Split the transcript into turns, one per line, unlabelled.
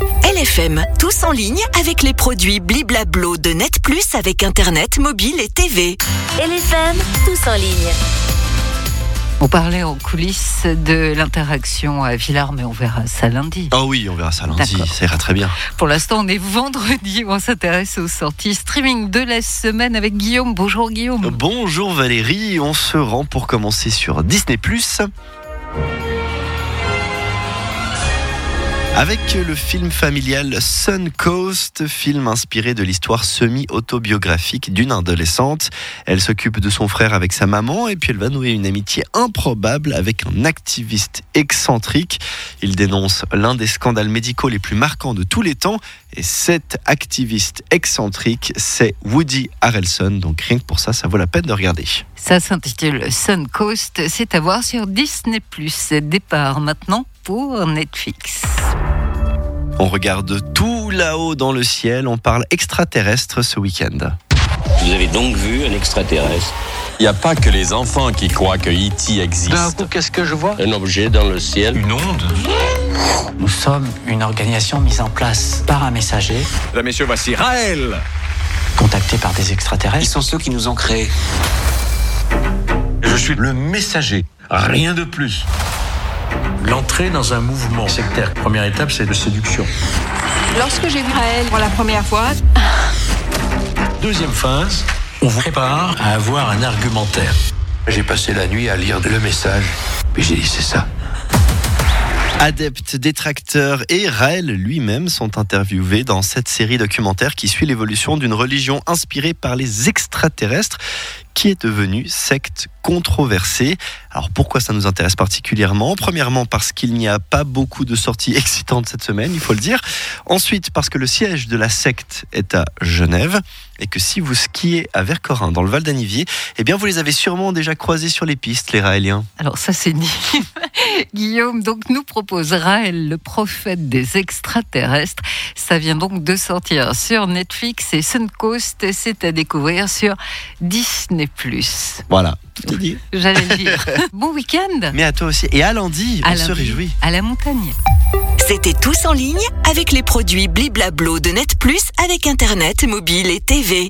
BFM. Tous en ligne avec les produits Bliblablo de Net Plus avec Internet, mobile et TV.
Et les femmes, tous en ligne.
On parlait en coulisses de l'interaction à Villars, mais on verra ça lundi.
Ah oui, on verra ça lundi,
D'accord.
ça ira très bien.
Pour l'instant, on est vendredi, on s'intéresse aux sorties streaming de la semaine avec Guillaume. Bonjour Guillaume.
Bonjour Valérie, on se rend pour commencer sur Disney ⁇ Avec le film familial Sun Coast, film inspiré de l'histoire semi-autobiographique d'une adolescente. Elle s'occupe de son frère avec sa maman et puis elle va nouer une amitié improbable avec un activiste excentrique. Il dénonce l'un des scandales médicaux les plus marquants de tous les temps et cet activiste excentrique, c'est Woody Harrelson. Donc rien que pour ça, ça vaut la peine de regarder.
Ça s'intitule Sun Coast, c'est à voir sur Disney ⁇ Départ maintenant pour Netflix.
On regarde tout là-haut dans le ciel, on parle extraterrestre ce week-end.
Vous avez donc vu un extraterrestre
Il n'y a pas que les enfants qui croient que E.T. existe.
qu'est-ce que je vois Un objet dans le ciel.
Une onde
Nous sommes une organisation mise en place par un messager
Mesdames, Messieurs, voici Raël
contacté par des extraterrestres.
sont ceux qui nous ont créés.
Je suis le messager, rien de plus. L'entrée dans un mouvement sectaire. Première étape, c'est de séduction.
Lorsque j'ai vu Raël pour la première fois,
Deuxième phase, on vous prépare à avoir un argumentaire. J'ai passé la nuit à lire le message, puis j'ai dit c'est ça.
Adeptes, détracteurs et Raël lui-même sont interviewés dans cette série documentaire qui suit l'évolution d'une religion inspirée par les extraterrestres qui est devenue secte controversée. Alors pourquoi ça nous intéresse particulièrement Premièrement parce qu'il n'y a pas beaucoup de sorties excitantes cette semaine, il faut le dire. Ensuite parce que le siège de la secte est à Genève et que si vous skiez à Vercorin dans le Val d'Anivier, eh bien vous les avez sûrement déjà croisés sur les pistes, les Raéliens.
Alors ça c'est dit. Guillaume donc nous propose Raël, le prophète des extraterrestres. Ça vient donc de sortir sur Netflix et Suncoast, c'est à découvrir sur Disney ⁇
Voilà, tout est dit.
J'allais le dire. bon week-end
Mais à toi aussi. Et à lundi,
À
on se
lundi,
réjouit.
à la montagne.
C'était Tous en ligne avec les produits Bliblablo de Net Plus avec Internet, mobile et TV.